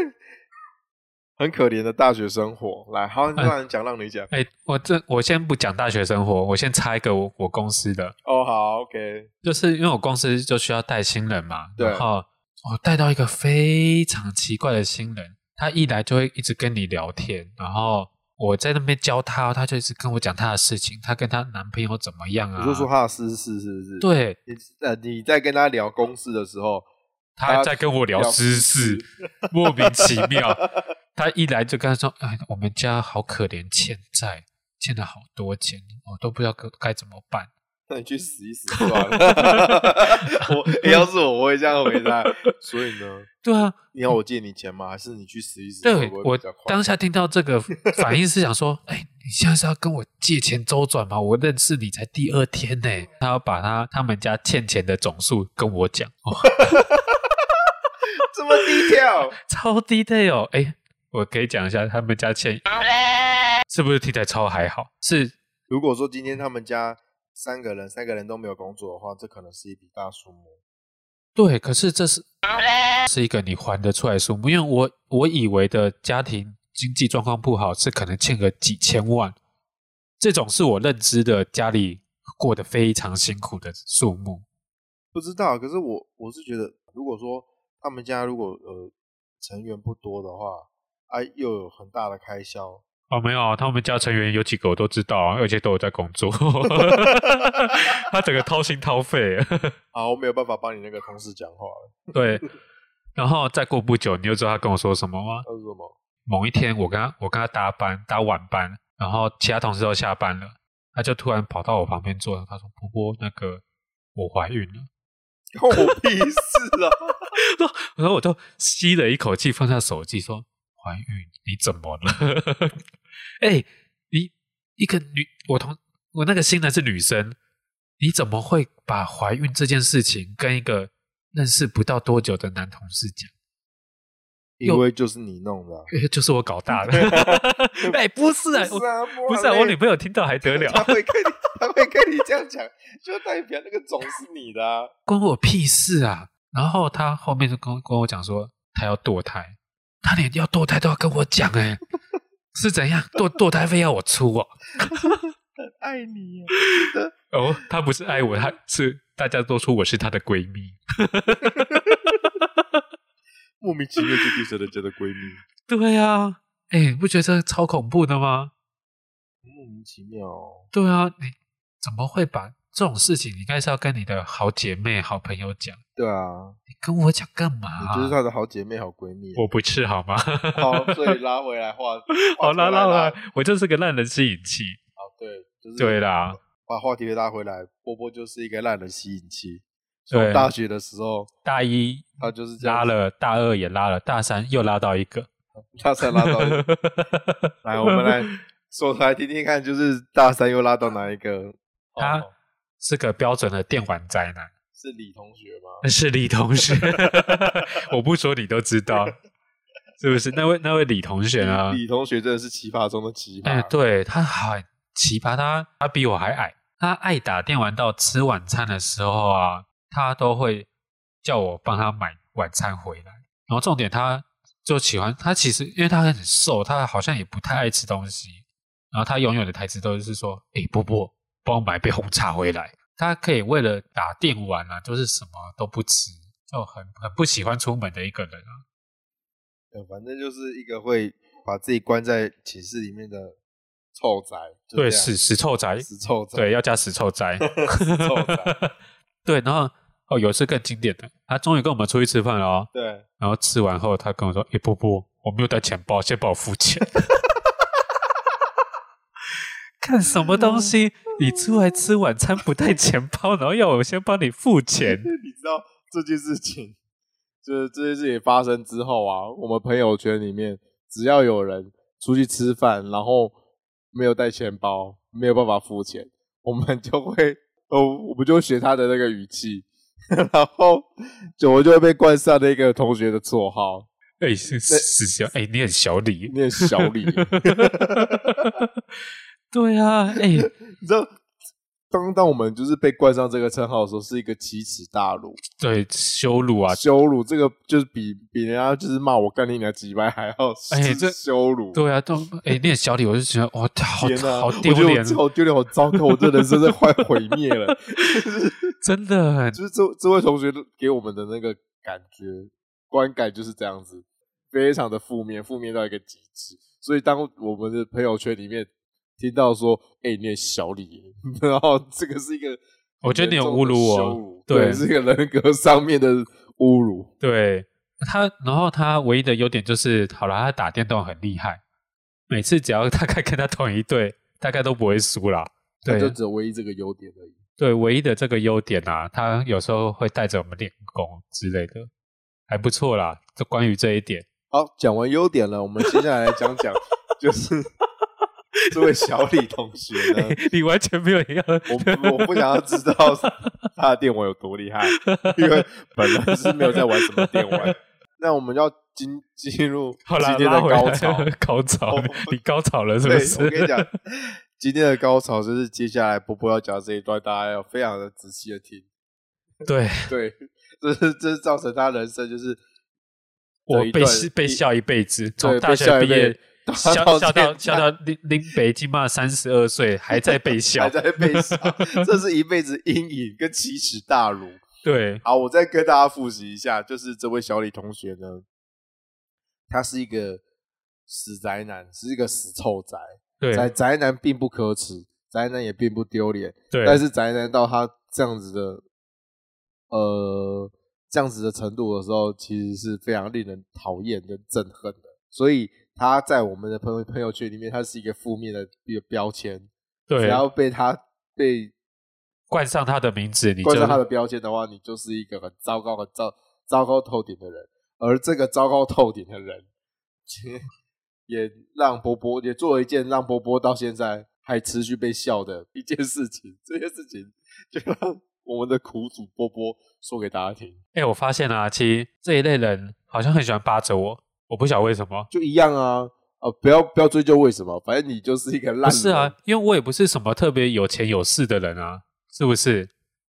S1: 很可怜的大学生活。来，好，你让你讲，让你讲。
S2: 哎、我这我先不讲大学生活，我先插一个我我公司的，
S1: 哦，好，OK，
S2: 就是因为我公司就需要带新人嘛，
S1: 对
S2: 然后我带到一个非常奇怪的新人，他一来就会一直跟你聊天，然后我在那边教他，他就一直跟我讲他的事情，他跟她男朋友怎么样啊？
S1: 你就说他的私事是不是？，
S2: 对，
S1: 你呃你在跟他聊公事的时候，
S2: 他在跟我聊私事，莫名其 妙。他一来就跟他说：“哎，我们家好可怜，欠债欠了好多钱，我都不知道该该怎么办。”
S1: 那你去死一死算了。我、要是我，我会这样回答。所以呢，
S2: 对啊，
S1: 你要我借你钱吗？还是你去死一死？会
S2: 对
S1: 不会
S2: 我
S1: 比较快
S2: 当下听到这个反应是想说，哎、你现在是要跟我借钱周转吗？我认识你才第二天呢、他要把他他们家欠钱的总数跟我讲，哦，
S1: 这么低调？
S2: 超 detail 哎、我可以讲一下他们家欠是不是替代超还好？是
S1: 如果说今天他们家三个人，三个人都没有工作的话，这可能是一笔大数目。
S2: 对，可是这是是一个你还得出来的数目，因为我我以为的家庭经济状况不好是可能欠个几千万，这种是我认知的家里过得非常辛苦的数目。
S1: 不知道，可是我我是觉得，如果说他们家如果呃成员不多的话，啊，又有很大的开销，
S2: 哦，没有，他们家成员有几个我都知道啊，而且都有在工作。 他整个掏心掏肺。啊
S1: 好，啊我没有办法帮你那个同事讲话了。
S2: 对，然后再过不久，你就知道他跟我说什么吗？
S1: 他说什么？
S2: 某一天，我跟他我跟他搭班搭晚班，然后其他同事都下班了，他就突然跑到我旁边坐，他说：“波波，那个我怀孕了。”
S1: 关我屁事啊！
S2: 然后我就吸了一口气，放下手机说：“怀孕，你怎么了？” 哎、你一个女，我同我那个新人是女生，你怎么会把怀孕这件事情跟一个认识不到多久的男同事讲？
S1: 因为就是你弄的啊、
S2: 哎就是我搞大的。 哎、不是啊，
S1: 不
S2: 我
S1: 是啊，
S2: 不是
S1: 莫
S2: 啊，
S1: 雷？
S2: 我女朋友听到还得了
S1: 他会 跟你，他会跟你这样讲，就代表那个种是你的、啊。
S2: 关我屁事啊！然后他后面就跟跟我讲说，他要堕胎，他连要堕胎都要跟我讲、哎， 是怎样堕堕胎费要我出哦？
S1: 爱你啊耶，
S2: 哦，她不是爱我，她是大家都说我是她的闺蜜。
S1: 莫名其妙就变成人家的闺蜜，
S2: 对啊，哎、你不觉得这超恐怖的吗？
S1: 莫名其妙哦、
S2: 对啊，你怎么会把这种事情？你应该是要跟你的好姐妹、好朋友讲，
S1: 对啊，
S2: 你跟我讲干嘛、啊
S1: 你就是她的好姐妹、好闺蜜。
S2: 我不是好吗？
S1: 好，所以拉回来话，
S2: 好啦
S1: 啦
S2: 啦
S1: 啦，
S2: 啦，我就是个烂人吸引器。
S1: 好对，就是
S2: 对啦，
S1: 把话题拉回来，波波就是一个烂人吸引器。
S2: 对
S1: 从大学的时候，
S2: 大一
S1: 他就是这样
S2: 拉
S1: 子，
S2: 了，大二也拉了，大三又拉到一个。
S1: 他才拉到。 来，我们来说出来听听看，就是大三又拉到哪一 个？
S2: 他
S1: 哦
S2: 是个标准的电玩宅男。
S1: 是李同学 吗？
S2: 是李 同学，我不说你都知道，是不是？那位那位李同学啊呢？
S1: 李同学真的是奇葩中的奇葩。
S2: 哎、对他很奇葩，他他比我还矮，他爱打电玩到吃晚餐的时候啊，他都会叫我帮他买晚餐回来。然后重点他就喜欢他，其实因为他很瘦，他好像也不太爱吃东西。然后他永远的台词都是说：“哎、波波，帮我买杯红茶回来。”他可以为了打电玩啊，就是什么都不吃，就很很不喜欢出门的一个人啊。
S1: 呃反正就是一个会把自己关在寝室里面的臭宅。就
S2: 对，
S1: 这样
S2: 死死臭宅，
S1: 啊死臭宅。
S2: 对，要加死臭宅。
S1: 死臭宅。
S2: 对，然后哦，有一次更经典的，他终于跟我们出去吃饭了哦，
S1: 对，
S2: 然后吃完后，他跟我说：“哎、波波，我没有带钱包，先帮我 付钱。”看什么东西？你出来吃晚餐不带钱包，然后要我先帮你付钱？
S1: 你知道这件事情，就是这件事情发生之后啊，我们朋友圈里面只要有人出去吃饭，然后没有带钱包，没有办法付钱，我们就会，哦，我们就会学他的那个语气，然后就我就会被冠上那个同学的绰号，
S2: 哎、是是是小哎、你很小李。
S1: 念小李。
S2: 对啊，哎、
S1: 你知道，当当我们就是被冠上这个称号的时候，是一个奇耻大辱、
S2: 对，羞辱啊！
S1: 羞辱。这个就是比比人家就是骂我干你娘几百还要
S2: 哎
S1: 是
S2: 这
S1: 羞辱。
S2: 对啊，都哎、你很小李，我就觉得哇，好
S1: 天啊！
S2: 好
S1: 我
S2: 丢
S1: 觉得我
S2: 脸，
S1: 好丢脸，好糟糕！我这人生在快毁灭了。
S2: 真的很
S1: 就是这这位同学给我们的那个感觉观感就是这样子，非常的负面，负面到一个极致。所以当我们的朋友圈里面听到说“哎、你也小李耶”， 然后这个是一个，
S2: 我觉得你有侮辱我对
S1: 对，是一个人格上面的侮辱。
S2: 对他，然后他唯一的优点就是，好了，他打电动很厉害，每次只要大概跟他同一队，大概都不会输啦。
S1: 他就
S2: 对
S1: 只有唯一这个优点而已。
S2: 对，唯一的这个优点啊，他有时候会带着我们练功之类的，还不错啦。就关于这一点，
S1: 好，讲完优点了，我们接下来讲 讲就是这位小李同学呢。
S2: 你完全没有要
S1: 我不我不想要知道他的电玩有多厉害，因为本人是没有在玩什么电玩。那我们要进进入
S2: 好啦，
S1: 今天
S2: 拉
S1: 的
S2: 回来
S1: 高潮，
S2: 高潮
S1: 我，
S2: 你高潮了是不
S1: 对，
S2: 是？
S1: 我跟你讲，今天的高潮就是接下来波波要讲的这一段，大家要非常的仔细的听。
S2: 对
S1: 对，这是这是造成他人生就是
S2: 我
S1: 的一
S2: 被
S1: 段
S2: 被笑一辈子，从
S1: 对
S2: 大
S1: 被
S2: 学
S1: 笑一
S2: 毕业
S1: 辈到
S2: 笑
S1: 到
S2: 笑
S1: 现在
S2: 到笑到林林北京嘛三十二岁还在被 笑
S1: 还，在被笑，这是一辈子阴影跟奇耻大辱。
S2: 对，
S1: 好，我再跟大家复习一下，就是这位小李同学呢，他是一个死宅男，是一个死臭宅。宅
S4: 对
S1: 宅男并不可耻，宅男也并不丢脸，但
S4: 对，
S1: 是宅男到他这样子的，呃，这样子的程度的时候，其实是非常令人讨厌跟憎恨的。所以他在我们的朋友朋友圈里面，他是一个负面的一个标签。
S4: 对
S1: 只，要被他被
S4: 冠上他的名字，你就
S1: 冠上他的标签的话，你就是一个很糟糕、很糟糟糕透顶的人。而这个糟糕透顶的人，也让波波也做了一件让波波到现在还持续被笑的一件事情。这件事情就让我们的苦主波波说给大家听，
S4: 哎，我发现啊，其实这一类人好像很喜欢扒着我，我不晓得为什么。
S1: 就一样啊。呃，不要不要追究为什么，反正你就是一个
S4: 不
S1: 烂人。
S4: 是啊，因为我也不是什么特别有钱有势的人啊，是不是？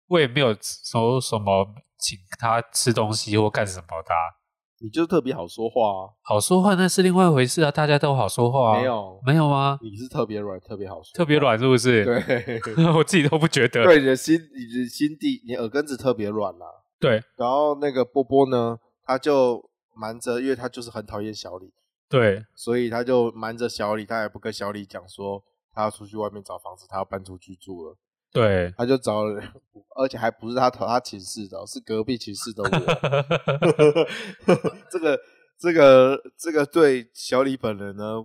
S4: 我也没有说什么请他吃东西或干什么的啊、
S1: 你就特别好说话
S4: 好说话那是另外一回事啊，大家都好说话
S1: 啊。
S4: 啊。
S1: 没，有，
S4: 没有吗？
S1: 你是特别软，特别好说，
S4: 特别。软是不是？
S1: 对，
S4: 我自己都不觉得。
S1: 对，你的心，你的心地，你耳根子特别软啦、
S4: 对
S1: 然后那个波波呢，他就瞒着，因为他就是很讨厌小李，
S4: 对
S1: 所以他就瞒着小李，他也不跟小李讲说他要出去外面找房子，他要搬出去住了。
S4: 对
S1: 他就找了， 而且还不是他投他寝室的哦，是隔壁寝室的我。 这个这个这个对小李本人呢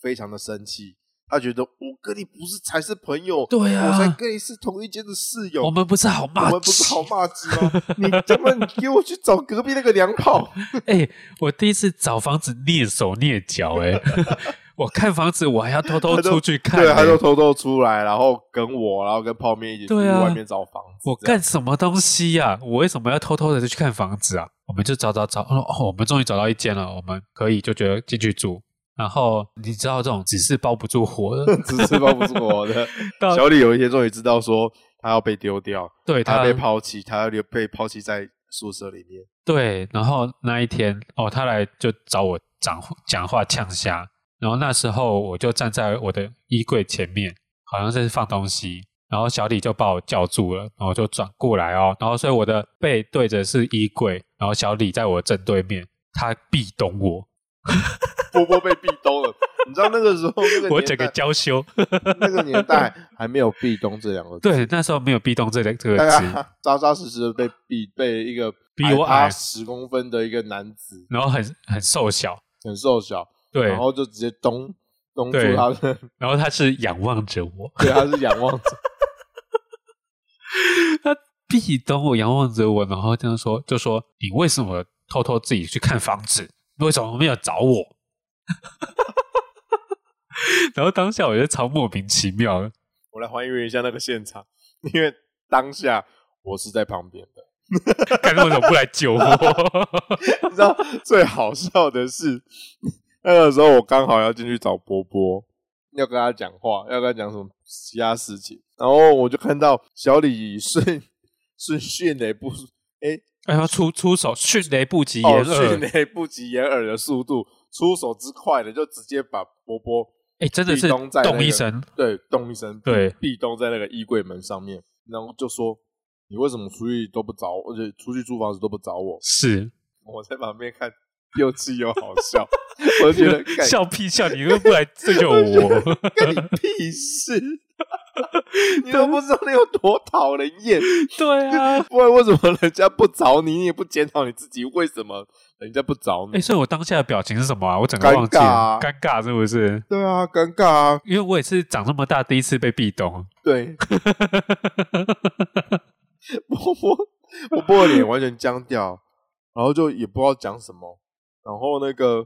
S1: 非常的生气，他觉得我跟你不是才是朋友，
S2: 对啊
S1: 我才跟你是同一间的室友，
S2: 我们不是好骂
S1: 我们不是好骂鸡吗？你他妈你给我去找隔壁那个娘炮！
S2: 哎、我第一次找房子蹑手蹑脚， 哎，我看房子我还要偷偷
S1: 他就
S2: 出去 看、
S1: 对，啊他
S2: 哎
S1: 就偷偷出来，然后跟我，然后跟泡面一起去
S2: 对啊
S1: 外面找房子。
S2: 我
S1: 这样，
S2: 干什么东西呀、我为什么要偷偷的去看房子啊？我们就找找找，哦，哦我们终于找到一间了，我们可以就觉得进去住。然后你知道这种只是包不住火的
S1: 只是包不住我的。
S2: 到嗯
S1: 小李有一天终于知道说他要被丢掉，
S2: 对
S1: 他
S2: 他
S1: 被抛弃，他要留被抛弃在宿舍里面。
S2: 对，然后那一天哦，他来就找我讲讲话呛虾，然后那时候我就站在我的衣柜前面，好像是放东西，然后小李就把我叫住了，然后就转过来哦，然后所以我的背对着是衣柜，然后小李在我正对面，他壁咚我，
S1: 波波被壁咚了，你知道那个时候那个
S2: 我整
S1: 年
S2: 个
S1: 代，
S2: 娇羞。
S1: 那个年代还没有壁咚这两个字，
S2: 对，那时候没有壁咚这个这
S1: 大
S2: 个词，
S1: 家扎扎实实的被壁被一个
S2: 比我
S1: 矮他
S2: 矮
S1: 十公分的一个男子，
S2: 然后很很瘦小，
S1: 很瘦小，
S2: 对，
S1: 然后就直接咚咚住
S2: 对
S1: 他的，
S2: 然后他是仰望着我，
S1: 对，他是仰望者。
S2: 壁咚我，仰望着我，然后这样说，就说你为什么偷偷自己去看房子？你为什么没有找我？ 然后当下我觉得超莫名其妙的，
S1: 我来还原一下那个现场，因为当下我是在旁边的。
S2: 看为什么不来 救我？
S1: 你知道最好笑的是，那个时候我刚好要进去找波波，要跟他讲话，要跟他讲什么其他事情，然后我就看到小李顺顺迅雷不哎、
S2: 哎呀，出出手迅雷不及
S1: 哦
S2: 掩
S1: 迅
S2: 耳，
S1: 雷不及掩耳的速度，出手之快的就直接把波波
S2: 哎、真的是
S1: 壁咚在那个
S2: 动一声，
S1: 对咚一声，
S2: 对
S1: 壁咚在那个衣柜门上面，然后就说。你为什么出去都不找我，而且出去租房子都不找我？
S2: 是
S1: 我在旁边看，又气又好笑，我就觉得干
S2: 笑屁笑，你又不来救 救我？
S1: 干你屁 事！你都不知道你有多讨人厌，
S2: 对啊，
S1: 不然为什么人家不找你，你也不检讨你自己，为什么人家不找
S2: 哎、
S1: 你？
S2: 所以我当下的表情是什么啊？我整个忘记
S1: 尴尬
S2: 了
S1: 啊，
S2: 尴尬是不是？
S1: 对啊，尴尬啊，
S2: 因为我也是长这么大第一次被壁咚，
S1: 对，波波，我波的脸完全僵掉，然后就也不知道讲什么，然后那个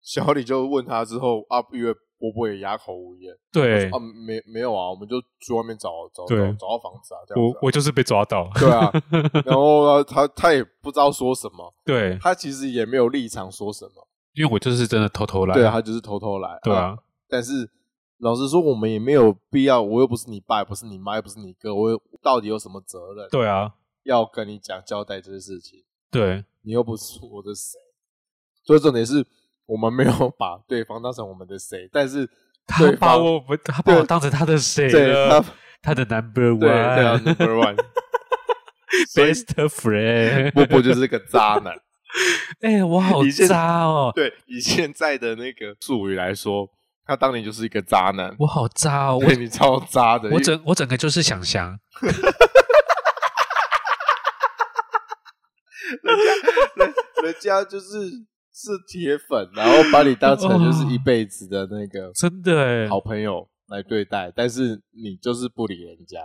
S1: 小李就问他之后啊，因为波波也哑口无言
S2: 对
S1: 啊，，没没有啊，我们就去外面找找找
S2: 对
S1: 找到房子啊，这样
S2: 我
S1: 子啊、
S2: 我就是被抓到，
S1: 对 啊，然后啊他他也不知道说什么，
S2: 对，
S1: 他其实也没有立场说什么，
S2: 因为我就是真的偷偷来，
S1: 对啊，他就是偷偷来，
S2: 对啊，
S1: 但是老实说，我们也没有必要，我又不是你爸，也不是你妈，也不是你哥，我有到底有什么责任
S2: 对啊，
S1: 要跟你讲交代这些事情？
S2: 对，
S1: 你又不是我的谁，所以重点是我们没有 把对方当成我们的谁，但是
S2: 他
S1: 对
S2: 把
S1: 方
S2: 我不，他把我当成他的谁
S1: 对他
S2: 了？他的 number
S1: 对对啊
S2: one，best
S1: ，Number One，所以
S2: friend，
S1: 波波就是个渣男，
S2: 哎、我好
S1: 你现
S2: 渣哦，
S1: 对，以现在的那个术语来说，他当年就是一个渣男。
S2: 我好渣哦，
S1: 对
S2: 我
S1: 你超渣的，
S2: 我整我整个就是想想，
S1: 人家就是是铁粉，然后把你当成就是一辈子的那个
S2: 哦真的哎，
S1: 好朋友来对待，但是你就是不理人家。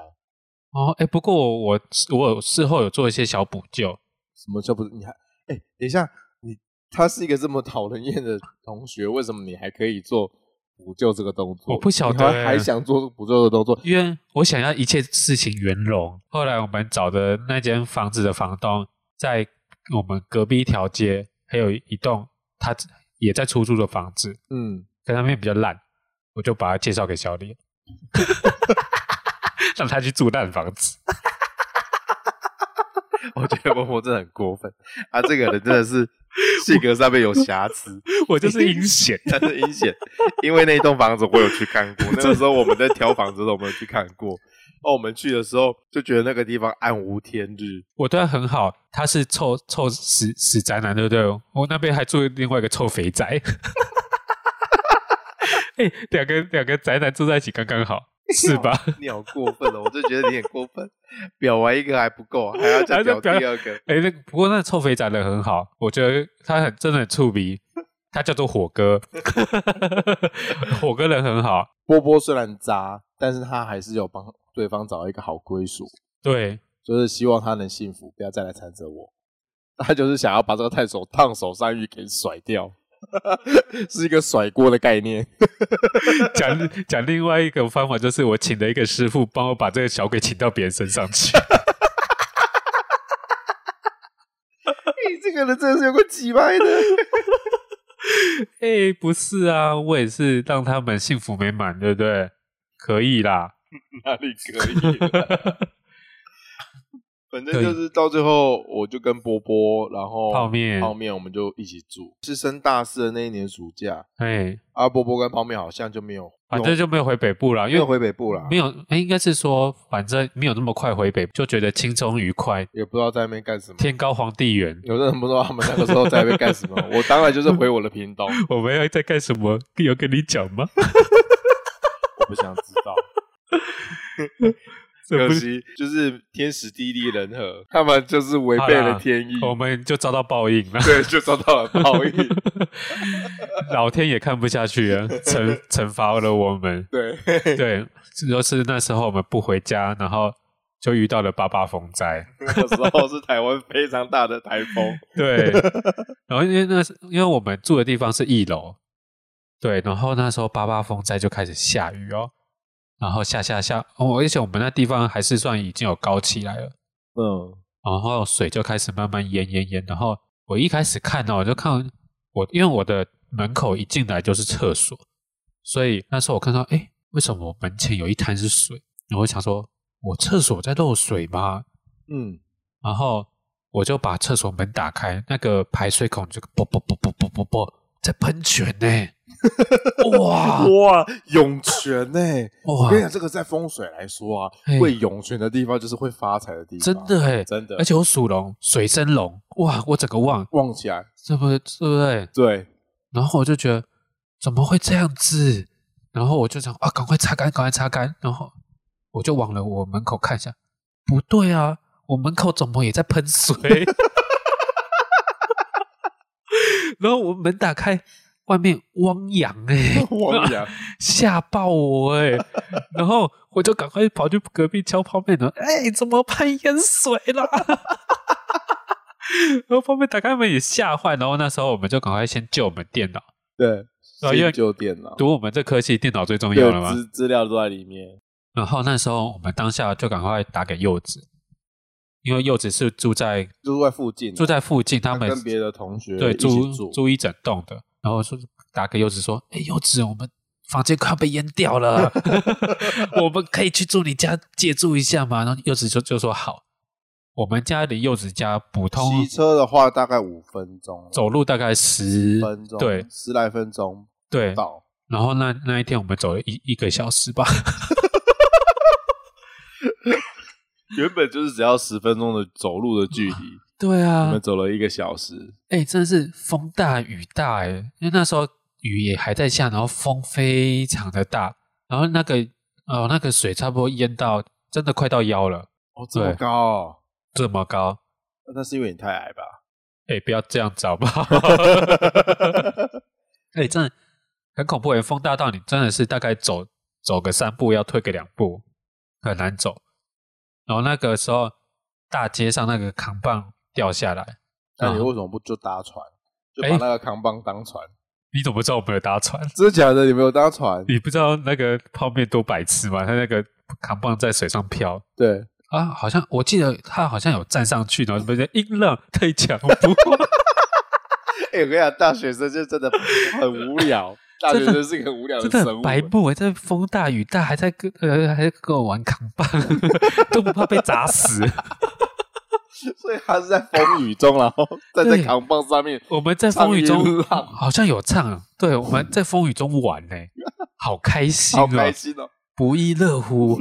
S2: 哦，哎、不过我我我有事后有做一些小补救，
S1: 什么叫不是？你还哎、等一下，你他是一个这么讨人厌的同学，为什么你还可以做补救这个动作？
S2: 我不晓得
S1: 你还
S2: 欸
S1: 还想做补救的动作？
S2: 因为我想要一切事情圆融。后来我们找的那间房子的房东，在我们隔壁一条街，还有一栋他也在出租的房子，
S1: 嗯，
S2: 可那边比较烂，我就把他介绍给小 李，让他去住烂房子。
S1: 我觉得默默真的很过分啊！这个人真的 是性格上面有瑕疵，
S2: 我就是阴险，
S1: 但是阴险。因为那栋房子我有去看 过，那个时候我们在挑房子的时候我们有去看过。哦，我们去的时候就觉得那个地方暗无天日，
S2: 我对他很好，他是臭臭死死宅男，对不对？我那边还住另外一个臭肥宅， 哎、两个两个宅男住在一起刚刚好，是吧？
S1: 你好过分哦！我就觉得你很过分，表完一个还不够，还要再
S2: 还在
S1: 表第
S2: 表
S1: 二个。
S2: 哎、那不过那臭肥宅人很好，我觉得他很真的很触鼻，他叫做火 哥，火哥人很好，
S1: 波波虽然渣，但是他还是有帮对方找到一个好归属，
S2: 对，
S1: 就是希望他能幸福，不要再来缠着我。他就是想要把这个太手烫手山芋给甩掉， 是一个甩锅的概 念。
S2: 讲讲另外一个方法就是我请了一个师傅帮我把这个小鬼请到别人身上去，
S1: 你哎这个人真的是有个鸡掰的。
S2: 哎、不是啊，我也是让他们幸福美满，对不对？可以啦，
S1: 哪里可以？啊反正就是到最后，我就跟波波，然后
S2: 泡面
S1: 泡面，我们就一起住。是升大四的那一年暑假，
S2: 哎，
S1: 啊，波波跟泡面好像啊就没有，
S2: 反正就没有回北部啦，
S1: 没
S2: 因
S1: 有
S2: 为
S1: 回北部啦，
S2: 没有，哎、应该是说反正没有那么快回北，就觉得轻松愉快，
S1: 也不知道在那边干什么。
S2: 天高皇帝远。
S1: 有的人不知道他们那个时候在那边干什么，我当然就是回我的屏东，
S2: 我们要在干什么？有跟你讲吗？
S1: 我不想知 道。
S2: 这
S1: 可
S2: 不是
S1: 惜就是天时地利人和，他们就是违背
S2: 好
S1: 了
S2: 啦
S1: 天意，。
S2: 我们就遭到报应了
S1: 对，就遭到了报应。
S2: 老天也看不下去了，惩惩罚了我们。
S1: 对，
S2: 对，这就是那时候我们不回家，然后就遇到了八八风灾。
S1: 那个时候是台湾非常大的台风。
S2: 对， 然后因为那是因为我们住的地方是一楼，对，然后那时候八八风灾就开始下雨哦，然后下下下，哦，而且我们那地方还是算已经有高起来了，
S1: 嗯，
S2: 然后水就开始慢慢淹淹淹，然后我一开始看到我就看我，因为我的门口一进来就是厕所，所以那时候我看到，哎，为什么我门前有一滩是水？然后我想说，我厕所在漏水吗？
S1: 嗯，
S2: 然后我就把厕所门打开，那个排水孔就啵啵啵啵啵啵啵在喷泉呢、哇
S1: 哇，涌泉呢、我
S2: 啊哇
S1: 跟，你讲，这个在风水来说啊，
S2: 嘿
S1: 会涌泉的地方就是会发财的地方，
S2: 真的哎、
S1: 真的，
S2: 而且我属龙，水生龙，哇，我整个旺，
S1: 望起来，
S2: 是不是？对不对？
S1: 对，
S2: 然后我就觉得怎么会这样子？然后我就想啊，赶快擦干，赶快擦干。然后我就往了我门口看一下，不对啊，我门口怎么也在喷水？然后我门打开，外面汪洋哎、
S1: 望起来，
S2: 吓爆我哎、然后我就赶快跑去隔壁敲泡面了，哎、怎么喷淹水了？ 然后泡面打开门也吓坏，然后那时候我们就赶快先救我们电脑，
S1: 对，
S2: 啊因为
S1: 新旧电脑，
S2: 读我们这科系电脑最重要了
S1: 对，
S2: 嘛。
S1: 资资料都在里面，
S2: 然后那时候我们当下就赶快打给柚子，因为柚子是住在
S1: 就是在附近啊，
S2: 住在附近，他
S1: 他
S2: 们
S1: 跟别的同学
S2: 对
S1: 一起
S2: 租
S1: 住，
S2: 租一整栋的，然后说打给柚子说，哎，柚子，我们房间快要被淹掉 了， 我们可以去住你家借住一下吗？然后柚子就就说好，我们家离柚子家普通
S1: 骑车的话大概五分钟，啊
S2: 走路大概十
S1: 分钟，
S2: 对
S1: 十来分钟
S2: 对，
S1: 到。
S2: 然后那那一天我们走了一一个小时吧，
S1: 原本就是只要十分钟的走路的距离，
S2: 对
S1: 我
S2: 啊
S1: 们，走了一个小时，
S2: 哎、真的是风大雨大哎、因为那时候雨也还在下，然后风非常的大，然后那个哦那个水差不多淹到真的快到腰了，
S1: 哦，这么
S2: 对
S1: 高哦，
S2: 这么高，
S1: 那是因为你太矮 吧？
S2: 哎、不要这样子好不好？ 哎、真的很恐怖哎、风大到你真的是大概走走个三步要退个两步，很难走。然后那个时候大街上那个扛棒掉下来，
S1: 那你为什么不就搭船？就把
S2: 啊哎
S1: 那个扛棒当船？
S2: 你怎么知道我没有搭船？
S1: 真的假的？你没有搭船？
S2: 你不知道那个泡面多白痴吗？他那个扛棒在水上飘
S1: 对，
S2: 啊，好像我记得他好像有站上去，然后不是音浪太 强，不过
S1: 哎、我跟你讲，大学生就真的很无聊， 大学生是一个很无聊
S2: 真的
S1: 生
S2: 很
S1: 物。啊
S2: 白目哎，在风大雨大还在跟呃还在跟我玩扛棒， 都不怕被砸死。
S1: 所以他是在风雨中，然后站在
S2: 对
S1: 扛棒上面。
S2: 我们在风雨
S1: 唱啊
S2: 中
S1: 音浪
S2: 好像有唱，啊对，我们在风雨中玩呢、好开心
S1: 好
S2: 哦，
S1: 开心哦！
S2: 不亦乐乎。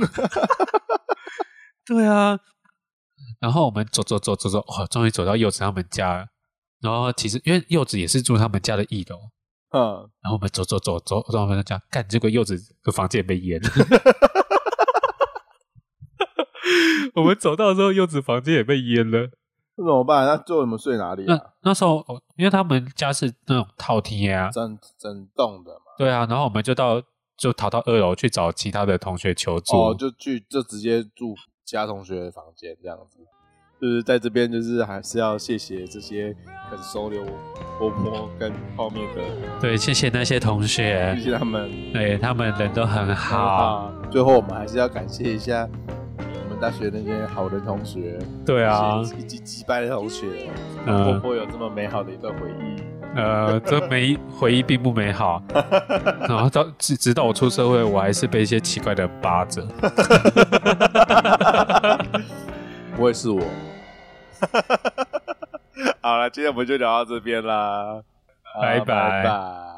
S2: 对啊，然后我们走走走走走，哦，终于走到柚子他们家了。然后其实因为柚子也是住他们家的一楼，
S1: 嗯，
S2: 然后我们走走走走走到他们家，干，结果柚子的房间被淹。我们走到的时候，柚子房间也被淹了。
S1: 那怎么办？那最后你们睡哪里
S2: 那
S1: 啊？
S2: 那时候，哦因为他们家是那种套厅啊，
S1: 整整栋的嘛。
S2: 对啊，然后我们就到就逃到二楼去找其他的同学求助。
S1: 哦，就去就直接住其他同学的房间这样子。就是在这边，就是还是要谢谢这些很收留活泼跟泡面的，
S2: 对，谢谢那些同学
S1: 谢，谢他们。
S2: 对他们人都很哎好。
S1: 啊，最后我们还是要感谢一下我们大学那些好的同学，
S2: 对啊，
S1: 以及击败的同学，
S2: 嗯
S1: 婆婆有这么美好的一段回 忆。
S2: 呃，这没回忆并不美 好。然后到直直到我出社会，我还是被一些奇怪的人扒着。
S1: 我也是我。 好了，今天我们就聊到这边啦，好
S2: 拜拜
S1: 拜拜